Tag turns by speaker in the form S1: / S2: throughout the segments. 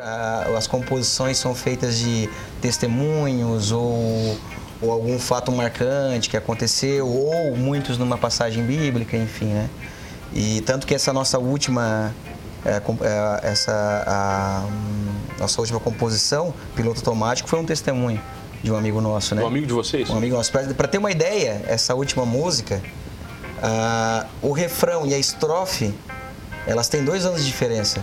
S1: a, as composições são feitas de testemunhos ou, ou algum fato marcante que aconteceu, ou muitos numa passagem bíblica, enfim, né? E tanto que essa nossa última é, é, essa a, um, nossa última composição, piloto automático, foi um testemunho de um amigo nosso, né?
S2: Um amigo de vocês?
S1: Um amigo nosso. Para ter uma ideia, essa última música, ah, o refrão e a estrofe, elas têm dois anos de diferença.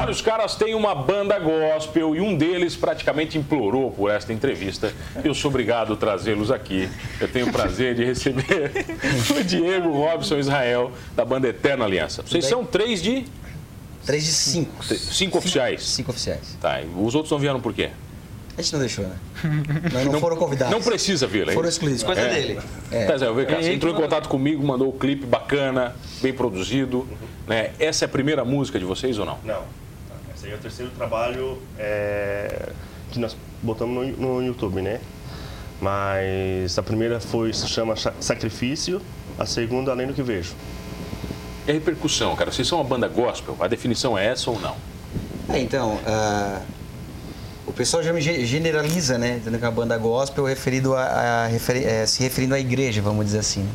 S2: Olha, os caras têm uma banda gospel e um deles praticamente implorou por esta entrevista. Eu sou obrigado a trazê-los aqui. Eu tenho o prazer de receber o Diego Robson Israel, da banda Eterna Aliança. Vocês são três de.
S1: Três de cinco.
S2: Cinco oficiais?
S1: Cinco oficiais.
S2: Tá, e os outros não vieram por quê?
S1: A gente não deixou, né? Nós não, foram convidados.
S2: Não precisa ver, hein?
S1: Tá. Foram excluídos.
S3: Coisa dele.
S1: É.
S2: Tá, Zé, eu vejo, cara, você entrou em contato comigo, mandou o clipe bacana, bem produzido. Né? Essa é a primeira música de vocês ou não?
S4: Não. Esse aí é o terceiro trabalho é, que nós botamos no, no YouTube, né? Mas a primeira foi, se chama Sa- Sacrifício, a segunda Além do que Vejo.
S2: E a É repercussão, cara? Vocês são uma banda gospel? A definição é essa ou não?
S1: É, então, ah, o pessoal já me ge- generaliza, né? Dizendo que é uma banda gospel referido a, a referi- eh, se referindo à igreja, vamos dizer assim. né?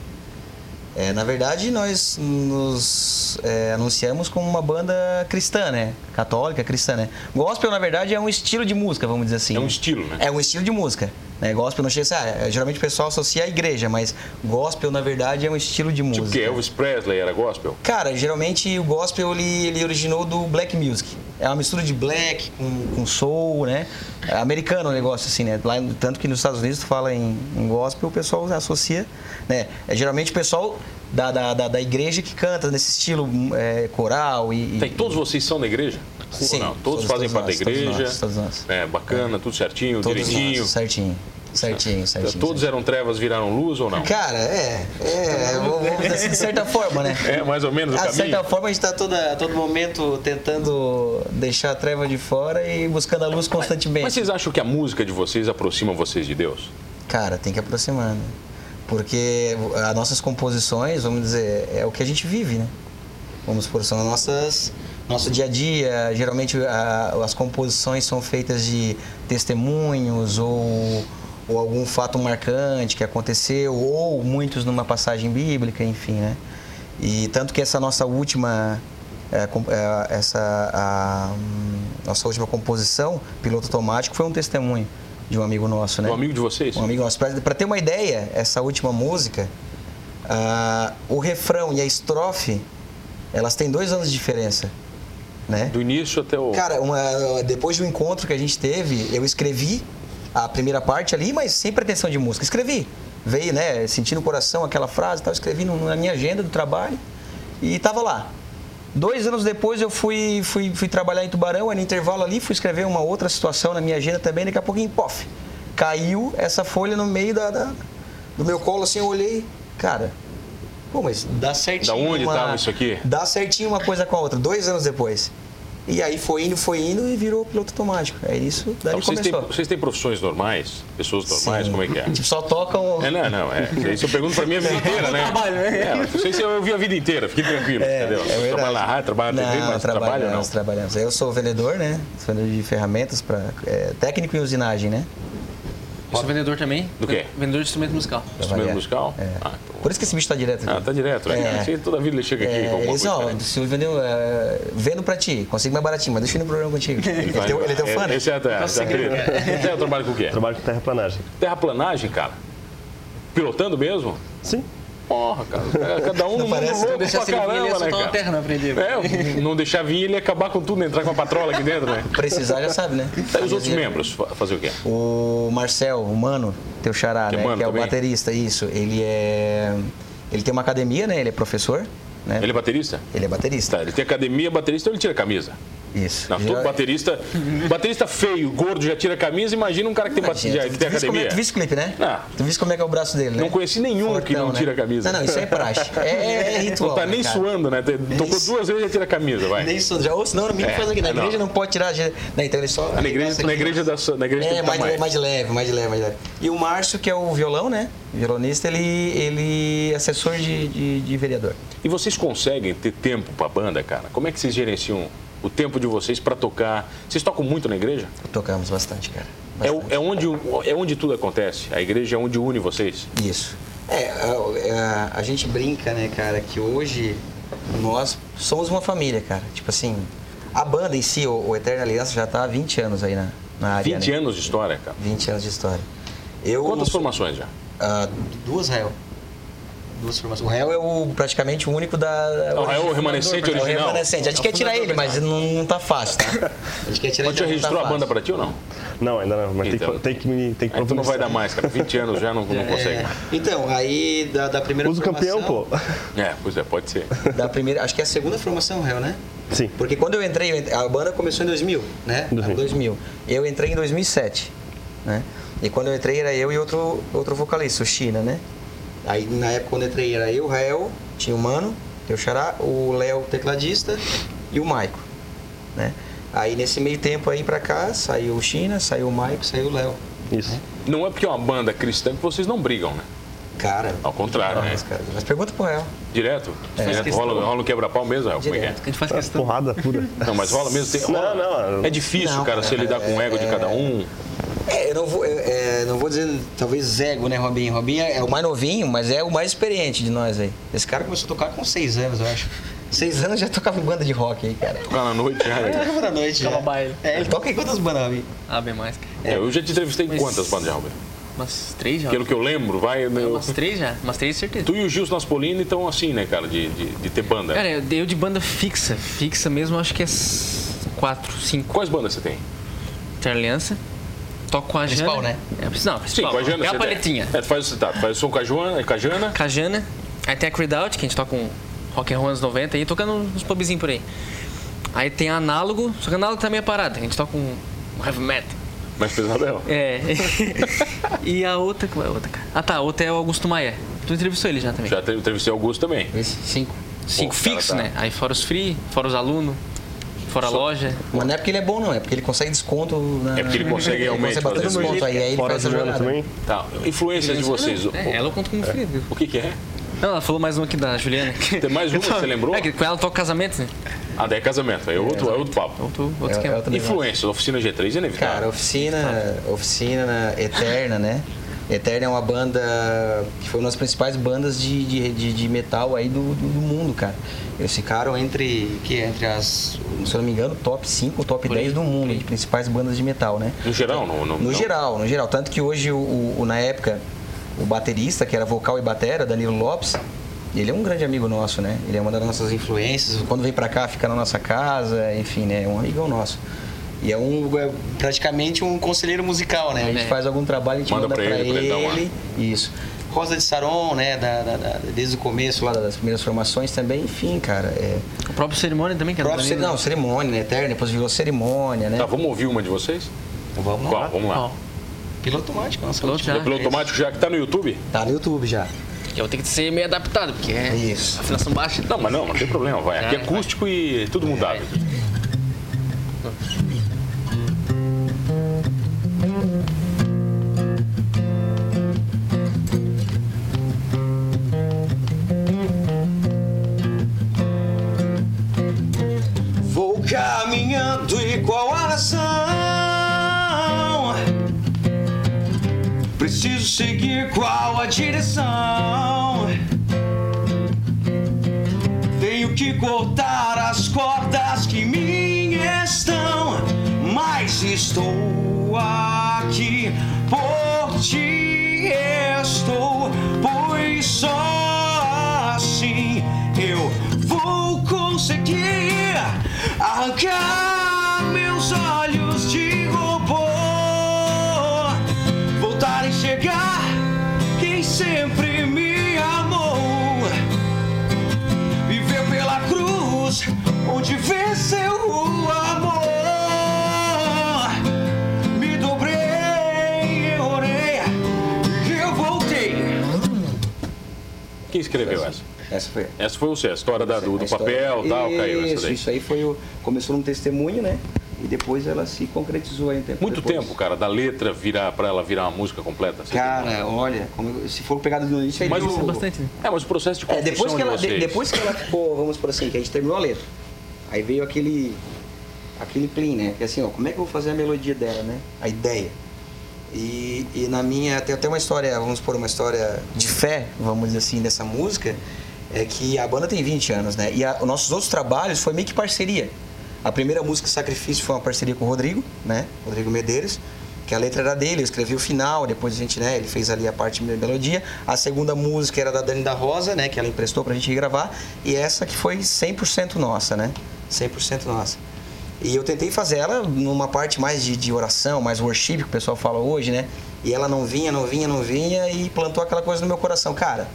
S1: É, na verdade, nós nos eh, anunciamos como uma banda cristã, né? Católica, cristã, né? Gospel, na verdade, é um estilo de música, vamos dizer assim.
S2: É um
S1: né?
S2: estilo, né?
S1: É um estilo de música. Né? Gospel não chega a ser. ah, geralmente o pessoal associa à igreja, mas gospel, na verdade, é um estilo de música.
S2: Tipo que Elvis Presley era gospel?
S1: Cara, geralmente o gospel ele, ele originou do black music. É uma mistura de black com, com soul, né? É americano o negócio, assim, né? Lá, tanto que nos Estados Unidos tu fala em, em gospel, o pessoal associa, né? É, geralmente o pessoal da, da, da, da igreja que canta nesse estilo é, coral e... e-
S2: Tem, todos vocês são da igreja?
S1: Sim,
S2: Ou não?
S1: todos-
S2: Todos, fazem
S1: todos
S2: parte
S1: nós,
S2: da
S1: todos
S2: igreja.
S1: nós, todos nós.
S2: É, bacana, tudo certinho,
S1: todos
S2: direitinho.
S1: nós, certinho, certinho, certinho.
S2: todos é eram trevas, viraram luz ou não?
S1: Cara, é, é, vamos dizer assim, de certa forma, né?
S2: É mais ou menos o
S1: Ah, De
S2: caminho.
S1: certa forma, a gente está toda, a todo momento tentando deixar a treva de fora e buscando a luz constantemente.
S2: Mas vocês acham que a música de vocês aproxima vocês de Deus?
S1: Cara, tem que aproximar, né? Porque as nossas composições, vamos dizer, é o que a gente vive, né? Vamos supor, são as nossas, nosso dia a dia. Geralmente a- as composições são feitas de testemunhos ou, ou algum fato marcante que aconteceu, ou muitos numa passagem bíblica, enfim, né? E tanto que essa nossa última é, com- é, essa a, hum, nossa última composição, piloto automático, foi um testemunho de um amigo nosso, né?
S2: Um amigo de vocês?
S1: Um amigo nosso. Pra, pra ter uma ideia, essa última música, ah, o refrão e a estrofe, elas têm dois anos de diferença, né?
S2: Do início até o.
S1: Cara, uma- depois de um encontro que a gente teve, eu escrevi a primeira parte ali, mas sem pretensão de música. Escrevi. Veio, né? Senti no coração aquela frase e tal, escrevi no- na minha agenda do trabalho e tava lá. Dois anos depois eu fui, fui, fui trabalhar em Tubarão, aí no intervalo ali, fui escrever uma outra situação na minha agenda também, daqui a pouquinho, pof, caiu essa folha no meio da, da- do meu colo, assim, eu olhei, cara, pô, mas dá certinho.
S2: Da onde
S1: uma-
S2: tava isso aqui?
S1: dá certinho uma coisa com a outra, dois anos depois. E aí foi indo, foi indo e virou piloto automático. É isso, daí
S2: Então, vocês, têm,
S1: começou.
S2: vocês têm profissões normais? Pessoas normais?
S1: Sim.
S2: Como é que é?
S1: Tipo, só tocam.
S2: É, não, não, é. Isso eu pergunto pra mim a vida inteira, né?
S1: trabalho, né? É,
S2: É, não sei se eu vi a vida inteira, fique tranquilo, entendeu?
S1: verdade.
S2: trabalho na rádio, trabalho na TV,
S1: Não,
S2: mas trabalho não.
S1: trabalhamos, trabalhamos. Eu sou vendedor, né? Sou vendedor de ferramentas para técnico em usinagem, né?
S3: Sou vendedor também?
S2: Do quê? Tá
S3: Vendedor de instrumento musical.
S2: Instrumento
S1: Trabalhar.
S2: musical?
S1: É.
S2: Ah, então-
S1: Por isso que esse bicho tá direto aqui.
S2: Ah, tá direto. né?
S1: É.
S2: Você- Toda vida ele chega aqui
S1: É,
S2: com alguma
S1: ele disse,
S2: coisa.
S1: ó,
S2: né? diferente.
S1: se eu vendo, é, vendo pra ti, consigo mais baratinho, mas deixa eu ir no programa contigo. Ele,
S2: Vai,
S1: deu, ele deu fã, né?
S2: Esse é, até- esse é, acredito. Esse é o trabalho com o quê?
S4: Trabalho com terraplanagem.
S2: Terraplanagem, cara. Pilotando mesmo?
S4: Sim.
S2: Porra, cara. Cada um num mundo
S1: parece,
S2: louco
S3: Deixa
S2: pra
S3: a cerveja
S2: caramba,
S1: tá
S3: e
S2: né,
S3: soltar uma
S2: cara?
S3: terra na frente dele.
S2: É, não deixar vir ele acabar com tudo, entrar com uma patrola aqui dentro, né?
S1: Precisar já sabe, né?
S2: Tá, e os outros membros fa- fazer o quê?
S1: O Marcel, o Mano, teu xará,
S2: Que é
S1: né?
S2: Mano
S1: que é
S2: também?
S1: o baterista, isso. Ele é. Ele tem uma academia, né? Ele é professor, né?
S2: Ele é baterista?
S1: Ele é baterista.
S2: Tá, ele tem academia, baterista, então ele tira a camisa.
S1: Isso.
S2: Não, todo
S1: Já-
S2: baterista, baterista feio, gordo, já tira a camisa, imagina um cara que tem, bate-
S1: Imagina,
S2: que
S1: tu
S2: tem
S1: viste como é-
S2: academia.
S1: Tu viste o clipe, né?
S2: Ah.
S1: Tu viste como é que é o braço dele, né?
S2: Não conheci nenhum que não tira a camisa.
S1: Não, não, isso é praxe. É, é, é ritual.
S2: Não tá
S1: né,
S2: nem
S1: cara?
S2: suando, né? Tocou
S1: su-
S2: duas vezes e já tira a camisa, vai.
S1: Nem suando. Já, ou senão, no mínimo,
S2: É,
S1: faz aqui. Na
S2: é, não.
S1: igreja não pode tirar. já- Né, então ele só.
S2: Na igreja, na igreja da sua- na igreja
S1: É,
S2: tem
S1: mais,
S2: tamanho.
S1: le- mais leve, mais leve, mais leve. E o Márcio, que é o violão, né? Violonista, ele, ele é assessor de, de, de vereador.
S2: E vocês conseguem ter tempo pra banda, cara? Como é que vocês gerenciam o tempo de vocês pra tocar? Vocês tocam muito na igreja?
S1: Tocamos bastante, cara.
S2: É,
S1: Bastante.
S2: o- é onde, o- é onde tudo acontece. A igreja é onde une vocês.
S1: Isso. É, a, a- a gente brinca, né, cara, que hoje nós somos uma família, cara. Tipo assim, a banda em si, o, o Eterna Aliança, já tá há 20 anos aí na, na área.
S2: 20
S1: né?
S2: anos de história, cara.
S1: 20 anos de história. Eu,
S2: Quantas formações já?
S1: Ah, duas réu. Duas formações. O réu é o, praticamente o único da.
S2: O réu é o remanescente
S1: É o
S2: original.
S1: remanescente. A gente quer tirar ele, mas não, não tá fácil, tá? A gente quer tirar ele. mas
S2: Mas já
S1: não tá
S2: registrou a
S1: fácil.
S2: banda pra ti ou não?
S4: Não, ainda não, mas
S2: Então.
S4: tem, que, tem que me. Tem que
S2: Aí tu não vai
S4: providenciar.
S2: dar mais, cara. 20 anos já não, não consegue mais.
S1: É, então, aí da, da primeira
S4: Usa o campeão,
S1: formação-
S4: pô.
S2: É, pois é, pode ser.
S1: Da primeira, acho que é a segunda formação réu, né?
S4: Sim.
S1: Porque quando eu entrei, eu entrei- a banda começou em 2000, né?
S4: 2000.
S1: 2000. Eu entrei em 2007, né? E quando eu entrei era eu e outro, outro vocalista, o China, né? Aí na época quando eu entrei era eu, o Rael, tinha o Mano, teu Xará, o Léo, tecladista e o Maico, né? Aí nesse meio tempo aí pra cá, saiu o China, saiu o Maico, saiu o Léo.
S4: Isso.
S2: Não é porque é uma banda cristã que vocês não brigam, né?
S1: Cara...
S2: Ao contrário, né?
S1: Mas, cara, mas pergunta pro Rael.
S2: Direto?
S1: É.
S2: Direto? Rola, rola um quebra-pau mesmo, Rael? Como é que é?
S1: Direto.
S3: A gente faz questão.
S4: Tá Porrada pura.
S2: Não, mas rola mesmo. Tem,
S4: Não,
S2: rola.
S4: não.
S2: É difícil,
S1: Não,
S2: cara,
S1: cara,
S2: você lidar com o ego de
S1: é-
S2: cada um.
S1: É, eu não vou, eu, é, não vou dizer, talvez, ego, né, Robinho? Robinho é o mais novinho, mas é o mais experiente de nós aí. Esse cara começou a tocar com seis anos, eu acho. Seis anos já tocava em banda de rock aí, cara.
S2: Tocar na noite já. né?
S1: Tocava na noite já.
S3: Tocava baile.
S1: É, ele toca em quantas bandas, Robinho?
S3: Ah, bem mais. cara.
S2: É, eu já te entrevistei em
S3: Mas-
S2: quantas bandas, Albert?
S3: Umas três já.
S2: Pelo que eu lembro, vai.
S3: É,
S2: meu-
S3: Umas três já. Umas três, certeza.
S2: Tu e o Gilson Naspolini estão assim, né, cara, de, de, de ter banda.
S3: Cara, eu eu de banda fixa. Fixa mesmo, acho que é s- quatro, cinco.
S2: Quais bandas você tem?
S3: Ter aliança. Toco com a Jana.
S1: Principal, né?
S3: É, a princi- não, a
S2: Sim,
S3: principal.
S2: com a Jana.
S3: é
S2: você
S3: a paletinha.
S2: Tem. É, tu faz o setup, faz o som com a Joana, com a Jana.
S3: Com a Jana. Aí tem a Creedout, que a gente toca um rock and roll anos 90 aí, tocando uns pubzinhos por aí. Aí tem a Análogo, só que a Análogo tá meio parada. A gente toca um um heavy metal.
S2: Mais pesado é ela.
S3: É. e a outra, qual é a outra, cara? Ah tá, a outra é o Augusto Maia. Tu entrevistou ele já também.
S2: Já te- entrevistei o Augusto também.
S1: Esse, cinco.
S3: Cinco
S2: Pô, o cara
S3: fixos,
S2: tá-
S3: né? Aí fora os free, fora os alunos, fora a loja.
S1: Mas não é porque ele é bom, não. É porque ele consegue desconto. Na...
S2: É porque ele consegue realmente
S1: Ele consegue
S2: fazer
S1: bastante desconto
S2: desconto.
S1: aí. Aí ele
S4: Fora a
S1: faz a
S4: Juliana
S1: jornada.
S4: também.
S2: Tá. Influências de vocês.
S3: É, ela eu conto como free.
S2: O que que é?
S3: Não, ela falou mais uma aqui da Juliana.
S2: Tem mais uma que você lembrou?
S3: É, que com ela toca casamento, né?
S2: Ah, daí é casamento. Aí é outro, é outro papo.
S3: Outro, outro
S1: É- é
S3: esquema.
S1: outra-
S2: Influências, oficina G3 é inevitável.
S1: Cara, Tá oficina, oficina eterna, né? Eterna é uma banda que foi uma das principais bandas de, de, de- de metal aí do, do- do mundo, cara. Eles ficaram entre, que é? entre as, se eu não me engano, top 5, top 10 do mundo, de principais bandas de metal, né?
S2: No geral, no,
S1: No geral, no geral. Tanto que hoje, o, o- o- na época, o baterista, que era vocal e batera, Danilo Lopes, ele é um grande amigo nosso, né? Ele é uma das nossas influências. Quando vem pra cá, fica na nossa casa, enfim, né? É um amigão nosso. E é, um, é praticamente um conselheiro musical, né? A gente
S3: É.
S1: faz algum trabalho, a gente
S2: Manda
S1: manda,
S2: pra
S1: pra
S2: ele, pra ele dar uma-
S1: ele. Isso. Rosa de Saron, né? Da- da- da- desde o começo lá das primeiras formações também, enfim, cara. É,
S3: O próprio cerimônia também, que é era
S1: próprio,
S3: do
S1: ce-
S3: Danilo.
S1: não, cerimônia, né? Eterna, depois virou cerimônia, né?
S2: Tá, vamos ouvir uma de vocês?
S1: Vamos É
S2: Qual?
S1: lá.
S2: Vamos lá.
S3: Ó,
S1: Piloto automático, nossa.
S3: Piloto
S1: última.
S3: já.
S2: Pelo automático já que tá no YouTube?
S1: Tá no YouTube já.
S3: que eu tenho que ser meio adaptado, porque é
S1: Isso.
S3: afinação baixa.
S2: Não, mas Ah, não, não tem problema, vai. Aqui é
S3: Vai,
S2: acústico e
S1: É.
S2: tudo mudável.
S1: Vou caminhando igual a nação. Preciso seguir qual a direção. Tenho que cortar as cordas que me estão, mas estou aqui por ti. Estou, pois só assim eu vou conseguir arrancar meus olhos de robô, voltar a enxergar quem sempre me amou viver pela cruz, onde venceu o amor.
S2: Quem escreveu
S1: É
S2: essa?
S1: Essa foi.
S2: Essa foi o seu, a história da- do,
S1: é A
S2: do
S1: história-
S2: papel e tal, caiu essa
S1: Isso,
S2: daí.
S1: isso aí foi o. Começou num testemunho, né? E depois ela se concretizou aí um tempo
S2: Muito
S1: depois.
S2: tempo, cara, da letra virar para ela virar uma música completa. assim.
S1: Cara, olha, como- se for pegado do início, aí
S2: Mas
S1: deu-
S2: o-
S3: bastante, né?
S2: É, mas o processo de
S1: É,
S2: construção
S1: depois que,
S2: de
S1: ela, de-
S2: vocês.
S1: depois que ela ficou, vamos por assim, que a gente terminou a letra. Aí veio aquele. aquele plim, né? Que assim, ó, como é que eu vou fazer a melodia dela, né? A ideia. E, e na minha, tem até uma história, vamos por uma história de fé, vamos dizer assim, dessa música, é que a banda tem 20 anos, né? E a- os nossos outros trabalhos foi meio que parceria. A primeira música, Sacrifício, foi uma parceria com o Rodrigo, né? Rodrigo Medeiros, que a letra era dele, eu escrevi o final, depois a gente, né, ele fez ali a parte da melodia. A segunda música era da Dani da Rosa, né, que ela emprestou pra gente gravar, e essa que foi 100% nossa, né? 100% nossa. E eu tentei fazer ela numa parte mais de, de oração, mais worship, que o pessoal fala hoje, né? E ela não vinha, não vinha, não vinha e plantou aquela coisa no meu coração. Cara,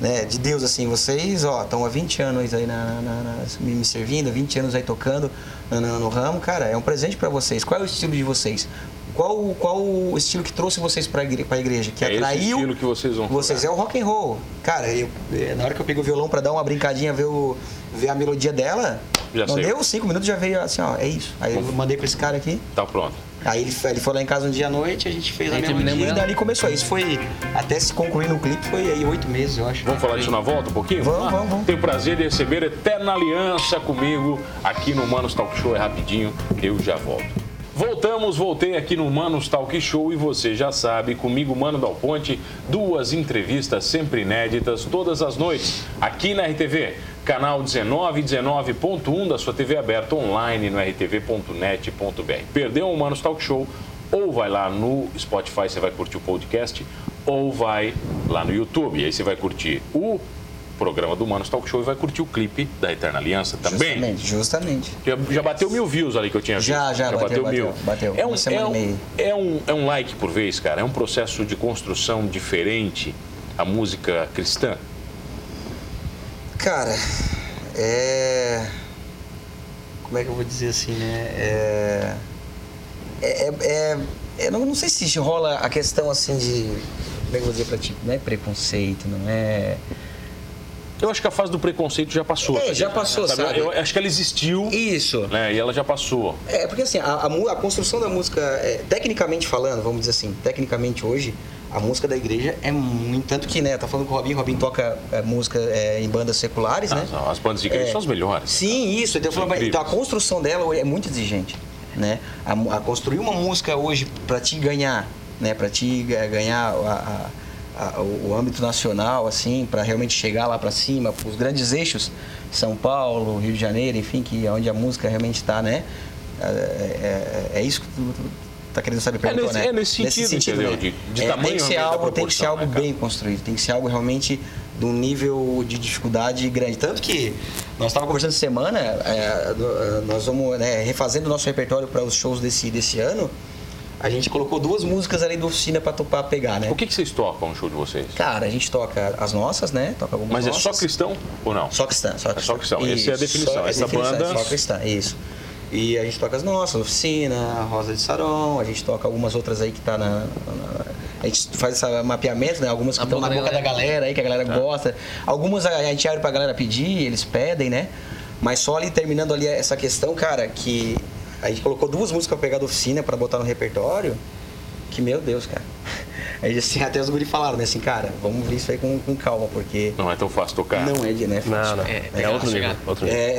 S1: né, de Deus, assim, vocês, ó, estão há 20 anos aí na, na- na- me me servindo, 20 anos aí tocando na- na- no ramo. Cara, é um presente pra vocês. Qual é o estilo de vocês? Qual, o- qual o estilo que trouxe vocês pra, igre- pra igreja? Que
S2: É esse
S1: atraiu
S2: estilo que vocês vão
S1: vocês?
S2: jogar.
S1: É o rock and roll. Cara, eu- eh, na hora que eu peguei o violão pra dar uma brincadinha, ver, o- ver a melodia dela,
S2: Já
S1: não
S2: sei.
S1: deu cinco minutos já veio assim, ó, é isso. Aí eu mandei pra esse cara aqui.
S2: Tá pronto.
S1: Aí ele, ele foi lá em casa um dia à noite, a gente fez a
S3: Aí
S1: melodia
S3: terminamos
S1: e
S3: ela.
S1: dali começou. Isso foi, até se concluir no clipe, foi aí oito meses, eu acho.
S2: Vamos falar disso na volta um pouquinho?
S1: Vamos,
S2: lá?
S1: vamos, vamos.
S2: Tenho o prazer de receber a Eterna Aliança comigo aqui no Manos Talk Show. É rapidinho, eu já volto. Voltamos, voltei aqui no Manos Talk Show e você já sabe, comigo, Mano Dal Ponte, duas entrevistas sempre inéditas todas as noites aqui na RTV, canal 19 19.1 da sua TV aberta online no rtv.net.br. Perdeu o Manos Talk Show? Ou vai lá no Spotify, você vai curtir o podcast, ou vai lá no YouTube, aí você vai curtir o programa do Manos Talk Show e vai curtir o clipe da Eterna Aliança também.
S1: Justamente, justamente.
S2: Já, já bateu mil views ali que eu tinha visto.
S1: Já, já, bateu, bateu, bateu.
S2: É um,
S1: Uma semana
S2: é,
S1: e
S2: um,
S1: meia.
S2: é, um, é um like por vez, cara. É um processo de construção diferente a música cristã.
S1: Cara, é. Como é que eu vou dizer assim, né? É. É. é- é- eu não, não sei se rola a questão assim de. Como é que eu vou dizer pra ti? Não é preconceito, não é.
S2: Eu acho que a fase do preconceito já passou.
S1: É,
S2: tá
S1: já
S2: ligado?
S1: passou, sabe?
S2: Eu acho que ela existiu
S1: Isso!
S2: né, e ela já passou.
S1: É, porque assim, a, a mu- a construção da música, é, tecnicamente falando, vamos dizer assim, tecnicamente hoje, a música da igreja é muito. Tanto que, né, tá falando com o Robin, Robin toca é, música é, em bandas seculares, né?
S2: As, as bandas de igreja
S1: É.
S2: são as melhores.
S1: Sim, isso. Então, eu
S2: São
S1: falava,
S2: incríveis.
S1: então, a construção dela hoje é muito exigente, né? A, mu- a construir uma música hoje para te ganhar, né? Para te ga- ganhar a- a- a- o o âmbito nacional, assim, para realmente chegar lá para cima, os grandes eixos, São Paulo, Rio de Janeiro, enfim, que é onde a música realmente está, né? É, é- é isso que tu, tu tá querendo saber perguntou,
S2: nesse-
S1: né?
S2: é nesse sentido, entendeu? De- de
S1: É, tem
S2: tamanho
S1: que ser
S2: mesmo da
S1: algo, tem que ser
S2: proporção,
S1: algo
S2: né, cara?
S1: bem bem construído, tem que ser algo realmente de um nível de dificuldade grande. Tanto que nós estávamos conversando semana, é, do- é, nós vamos né, refazendo o nosso repertório para os shows desse, desse ano. A gente colocou duas músicas ali da oficina para topar pegar, né?
S2: O que, que vocês tocam no show de vocês?
S1: Cara, a gente toca as nossas, né? Toca algumas
S2: Mas é
S1: nossas.
S2: só cristão ou não?
S1: Só cristã, só cristã.
S2: só cristã. Essa é a definição.
S1: só-
S2: Essa banda-
S1: é Só cristã, isso. E a gente toca as nossas, Oficina, Rosa de Saron, a gente toca algumas outras aí que tá na... na- na- a gente faz esse mapeamento, né? Algumas
S4: Tá
S1: que
S3: Na
S1: estão na
S3: boca da
S1: boca da
S3: galera.
S1: galera aí, que a galera
S2: Tá.
S1: gosta. Algumas a, a gente abre pra galera pedir, eles pedem, né? Mas só ali, terminando ali essa questão, cara, que... A gente colocou duas músicas pra pegar da oficina, pra botar no repertório. Que, meu Deus, cara. Aí, assim, até os guri falaram, né? Assim, cara, vamos ver isso aí com, com calma, porque...
S2: Não é tão fácil tocar.
S1: Não é de, né?
S4: Não, não.
S3: É,
S4: É,
S3: legal,
S4: outro nível.
S3: chegado.
S4: Outro nível.
S1: É,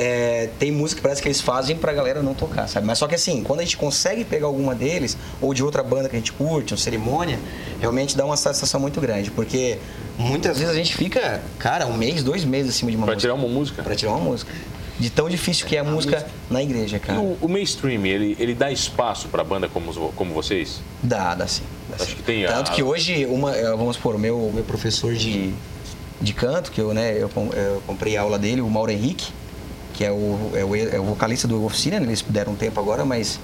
S1: é, tem música que parece que eles fazem pra galera não tocar, sabe? Mas só que assim, quando a gente consegue pegar alguma deles, ou de outra banda que a gente curte, uma cerimônia, realmente dá uma satisfação muito grande. Porque muitas vezes a gente fica, cara, um mês, dois meses acima de uma
S2: Pra
S1: música.
S2: tirar um uma música.
S1: Pra tirar uma música. De tão difícil que é a música na igreja,
S2: E
S1: cara.
S2: o, o mainstream, ele, ele dá espaço pra banda como, os- como vocês?
S1: Dá, dá sim. dá
S2: Acho
S1: sim.
S2: que tem a-
S1: Tanto que hoje, uma, eh, vamos supor, o meu, meu professor de, de canto, que eu, né, eu, com- eu comprei a aula dele, o Mauro Henrique, que é o, é o, é o vocalista do Oficina, né, eles deram um tempo agora, mas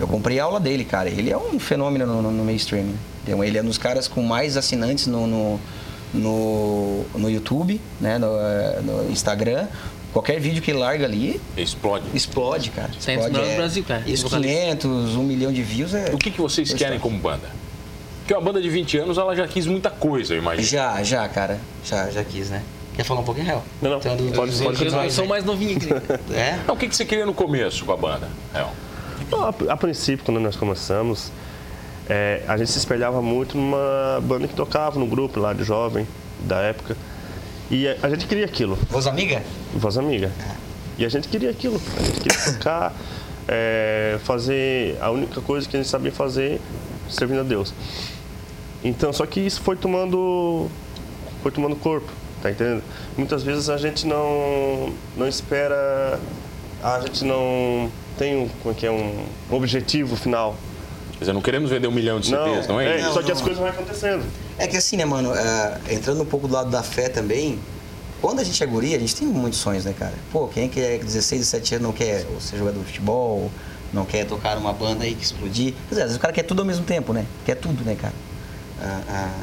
S1: eu comprei a aula dele, cara. Ele é um fenômeno no, no, no mainstream. né? Então, ele é um dos caras com mais assinantes no, no, no, no YouTube, né, no, eh, no Instagram. Qualquer vídeo que ele larga ali,
S2: Explode.
S1: explode, cara.
S3: Tem
S1: Explode,
S3: dos
S1: é
S3: melhores do é Brasil, cara.
S1: Isso,
S3: Vocalista.
S1: 500, 1 milhão de views é...
S2: O que, que vocês querem como banda? Porque uma banda de 20 anos, ela já quis muita coisa, eu imagino.
S1: Já, já, cara. Já, já quis, né? Quer falar um pouquinho, Real?
S4: Não, não.
S1: Tem uma dúvida.
S4: Pode- pode
S3: Eu, eu
S4: continuar.
S3: sou mais novinho. né? que ele.
S1: É?
S2: Não, Então, o que, que você queria no começo com a banda? É, ó.
S4: Bom, Então, A, a princípio, quando nós começamos, é, a gente se espelhava muito numa banda que tocava, num grupo lá de jovem, da época. E a, a gente queria aquilo,
S1: Voz amiga?
S4: voz amiga. E a gente queria aquilo, a gente queria tocar, é, fazer a única coisa que a gente sabia fazer, servindo a Deus. Então, só que isso foi tomando, foi tomando corpo, tá entendendo? Muitas vezes a gente não, não espera, a gente não tem um, como é que é, um objetivo final.
S2: Quer dizer, não queremos vender um milhão de CDs, não, é?
S4: é,
S2: isso?
S4: só que as coisas vão acontecendo.
S1: É que assim, né, mano, é, entrando um pouco do lado da fé também, quando a gente é guri, a gente tem muitos sonhos, né, cara? Pô, quem quer 16, 17 anos não quer ou ser jogador de futebol, não quer tocar numa banda aí que explodir. Quer dizer, às vezes o cara quer tudo ao mesmo tempo, né? Quer tudo, né, cara? Ah, ah,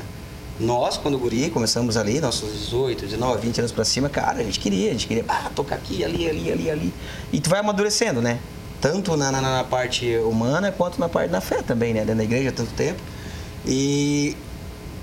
S1: nós, quando guri, começamos ali, nossos 18, 19, 20 anos pra cima, cara, a gente queria, a gente queria ah, tocar aqui, ali, ali, ali, ali. E tu vai amadurecendo, né? Tanto na, na, na parte humana quanto na parte da fé também, né? Dentro da igreja há tanto tempo. E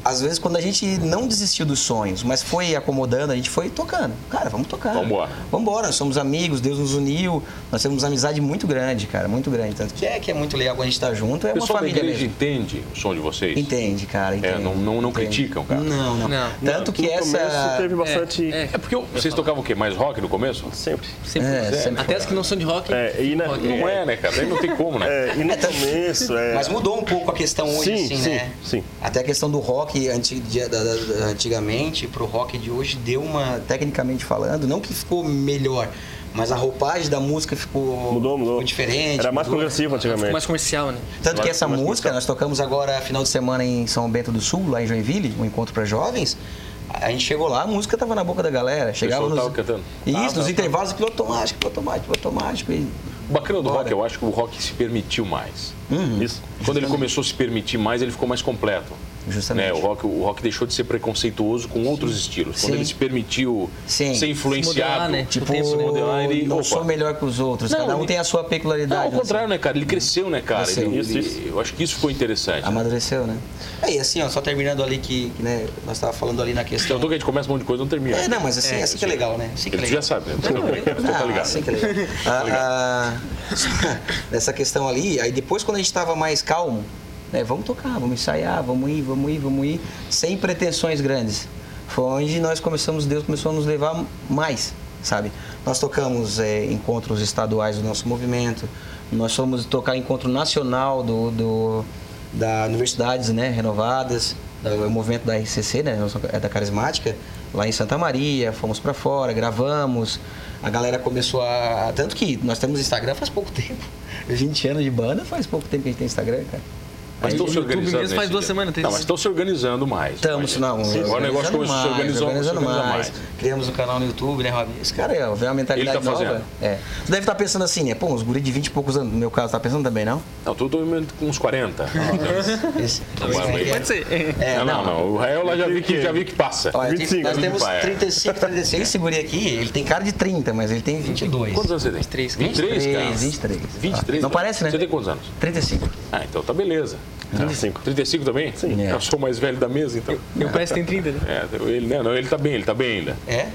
S1: às vezes quando a gente não desistiu dos sonhos, mas foi acomodando, a gente foi tocando. Cara, vamos tocar.
S2: Vambora.
S1: Vambora, nós somos amigos, Deus nos uniu, nós temos uma amizade muito grande, cara, muito grande. Tanto que é que é muito legal quando a gente tá junto, é
S2: O
S1: uma
S2: pessoal da
S1: família
S2: igreja
S1: mesmo.
S2: entende o som de vocês?
S1: Entende, cara, entende.
S2: É, não- não- não
S1: Entende.
S2: criticam, cara.
S1: Não, não.
S3: Não.
S1: Tanto que
S4: no começo
S1: essa...
S4: teve bastante...
S3: é,
S2: É porque eu- vocês tocavam o quê? Mais rock no começo?
S4: Sempre.
S3: Sempre,
S1: É, sempre
S3: Até as que não são de rock.
S4: É, e na-
S3: rock.
S2: Não é, né, cara? Daí não tem como, né?
S4: É, e no começo... É,
S1: Mas mudou um pouco a questão hoje,
S4: Sim,
S1: assim,
S4: sim,
S1: né?
S4: sim.
S1: Até a questão do rock anti- de- da- da- da- antigamente pro rock de hoje deu uma, tecnicamente falando, não que ficou melhor, mas a roupagem da música ficou,
S4: Mudou, mudou.
S1: ficou diferente.
S4: Era mais
S1: mudou.
S4: progressivo antigamente.
S3: Mais comercial, né?
S1: Tanto que essa
S4: Mas- mas-
S1: música, nós tocamos agora final de semana em São Bento do Sul, lá em Joinville, um encontro para jovens. A gente chegou lá, a música tava na boca da galera. Chegava
S2: pessoal
S1: nos...
S2: tava cantando.
S1: Isso,
S4: Tava,
S1: nos
S4: tava.
S1: intervalos, aquilo automático, automático, automático. E...
S2: O bacana do rock,
S1: Bora.
S2: eu acho que o rock se permitiu mais.
S4: Isso.
S2: Quando ele começou a se permitir mais, ele ficou mais completo.
S1: Justamente.
S2: Né? O, rock, o rock deixou de ser preconceituoso com outros estilos. Quando
S1: Sim.
S2: ele se permitiu
S1: Sim.
S2: ser influenciado.
S3: Se modelar, né?
S1: Tipo,
S3: tempo, né?
S2: modelar, ele-
S1: não
S2: opa.
S1: sou melhor que os outros.
S2: Não,
S1: Cada um
S2: ele-
S1: tem a sua
S2: Não,
S1: peculiaridade.
S2: ao contrário, né, cara? Ele cresceu, né, cara?
S1: Cresceu.
S2: Ele-
S4: Isso,
S2: ele-
S4: isso.
S2: Eu acho que isso ficou interessante.
S1: Amadureceu, né? É, e assim, ó, só terminando ali que, que, né, nós tava falando ali na
S2: Eu
S1: questão.
S2: tô que a gente começa um monte de coisa e não termina.
S1: É, não, mas assim,
S3: É,
S1: assim que é legal, né? Assim que é
S2: Ele
S1: legal.
S2: já sabe, né? Você tá
S1: Ah,
S2: ligado.
S1: sim, que legal. Ah, ah, nessa questão ali, aí depois quando a gente estava mais calmo, né, vamos tocar, vamos ensaiar, vamos ir, vamos ir, vamos ir, sem pretensões grandes. Foi onde nós começamos, Deus começou a nos levar mais, sabe? Nós tocamos eh, encontros estaduais do nosso movimento, nós fomos tocar encontro nacional do, do- da universidades né, renovadas, da- é o movimento da RCC, né, nós- é da Carismática, lá em Santa Maria, fomos pra fora, gravamos, a galera começou a... Tanto que nós temos Instagram faz pouco tempo, 20 anos de banda faz pouco tempo que a gente tem Instagram, cara.
S2: Mas estão
S3: Aí,
S2: se
S3: YouTube
S2: organizando.
S3: mesmo faz
S2: nesse
S3: duas
S2: dia.
S3: semanas, tem
S2: Não,
S3: isso.
S2: mas estão se organizando mais.
S1: Estamos, não,
S2: Sim, Agora o
S1: organizando
S2: negócio começou a se organizar, se
S1: organizando
S2: organizar
S1: mais.
S2: mais.
S1: Criamos um canal no YouTube, né, Rob? Esse cara é, vê uma mentalidade
S2: Ele tá
S1: nova.
S2: fazendo.
S1: É. Você deve estar pensando assim, né? Pô, uns guri de 20 e poucos anos, no meu caso, tá pensando também, não?
S2: Não, tô tô com uns 40.
S1: Esse-
S2: mas
S1: esse-
S3: Pode ser.
S1: É,
S2: não, não, não. O Rael lá já vi que, já vi que passa.
S1: Olha, tem-
S4: 25,
S1: nós temos
S2: 25, é.
S1: 35, 36. Esse guri aqui, ele tem cara de 30, mas ele tem 22.
S2: Quantos anos você tem?
S3: 23, cara.
S2: 23, cara.
S1: 23.
S2: 23.
S1: Não parece, né?
S2: Você tem quantos anos?
S1: 35.
S2: Ah, então tá beleza.
S4: 35.
S2: 35 também? Sim.
S1: É.
S2: Eu sou o mais velho da mesa, então.
S3: Meu pai tem 30, né?
S2: É, ele, né, não, ele tá bem, ele tá bem ainda.
S1: É?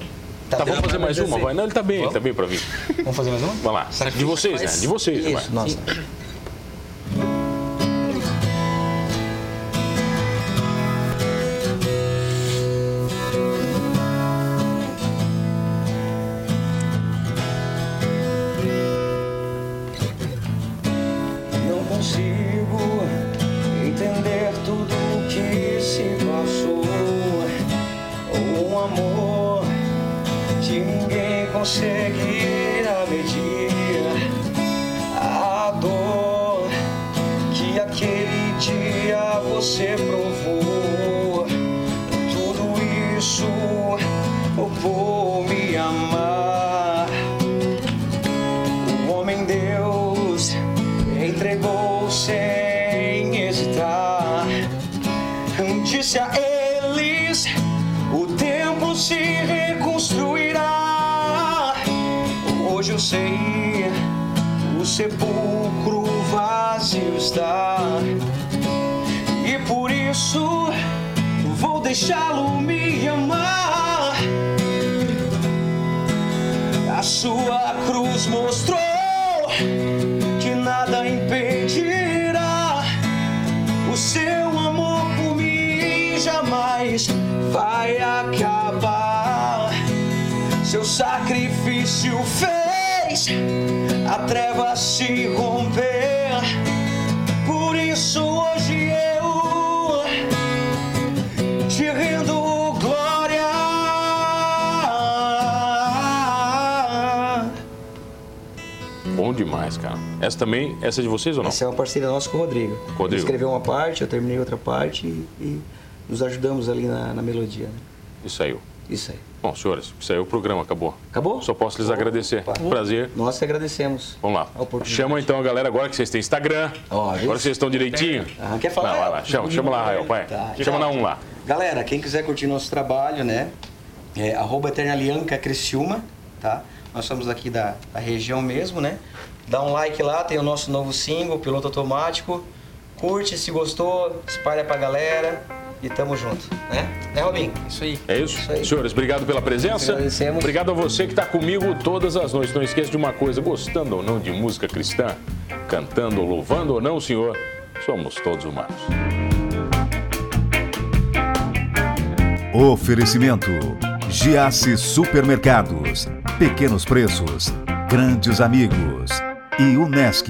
S2: Tá,
S1: dando
S2: vamos fazer
S1: pra
S2: mais uma,
S1: dizer.
S2: vai. Não, ele tá bem, ele tá bem pra mim.
S1: Vamos fazer mais uma?
S2: Vamos lá.
S1: Será que
S2: De
S1: a gente
S2: vocês,
S1: faz?
S2: né? De vocês,
S1: Isso,
S2: vai.
S1: nossa.
S5: Não consigo entender tudo o que se passou. Um amor que ninguém conseguirá medir. A dor que aquele dia você provou. Tudo isso por me amar. O homem Deus entregou sem hesitar. Disse a eles: o tempo se reconstruirá. Hoje eu sei, o sepulcro vazio está. E Por isso vou deixá-lo me amar. A sua cruz mostrou que nada impedirá o seu amor por mim jamais vai acabar. Seu sacrifício fez a treva se romper. Por isso hoje eu te rendo glória.
S2: Bom demais, cara. Essa também, essa é de vocês ou não?
S1: Essa é uma parceria nossa com o Rodrigo.
S2: Rodrigo.
S1: Ele escreveu uma parte, eu terminei outra parte e, e nos ajudamos ali na, na melodia. né?
S2: E saiu.
S1: Isso aí.
S2: Bom, senhores, saiu o programa, acabou.
S1: Acabou?
S2: Só posso lhes agradecer.
S1: Opa.
S2: Prazer.
S1: Nós que agradecemos.
S2: Vamos lá.
S1: A oportunidade.
S2: Chama então a galera agora que vocês têm Instagram.
S1: Ó,
S2: agora
S1: viu?
S2: vocês estão direitinho.
S1: Ah, quer
S2: Vai
S1: falar?
S2: lá, vai lá. Chama, chama lá, Rael, vai.
S1: Tá.
S2: Chama na um lá.
S1: Galera, quem quiser curtir nosso trabalho, né? É arroba Eternalianca Criciúma, tá? Nós somos aqui da, da região mesmo, né? Dá um like lá, tem o nosso novo single, Piloto Automático. Curte, se gostou, espalha pra galera e tamo junto, né? Né, Robinho?
S3: Isso aí.
S2: É isso?
S1: Isso aí.
S2: Senhores, obrigado pela presença.
S1: Nós agradecemos.
S2: Obrigado a você que está comigo todas as noites. Não esqueça de uma coisa, gostando ou não de música cristã, cantando, ou louvando ou não, senhor, somos todos humanos.
S6: Oferecimento: Giasse Supermercados, Pequenos Preços, Grandes Amigos e Unesc.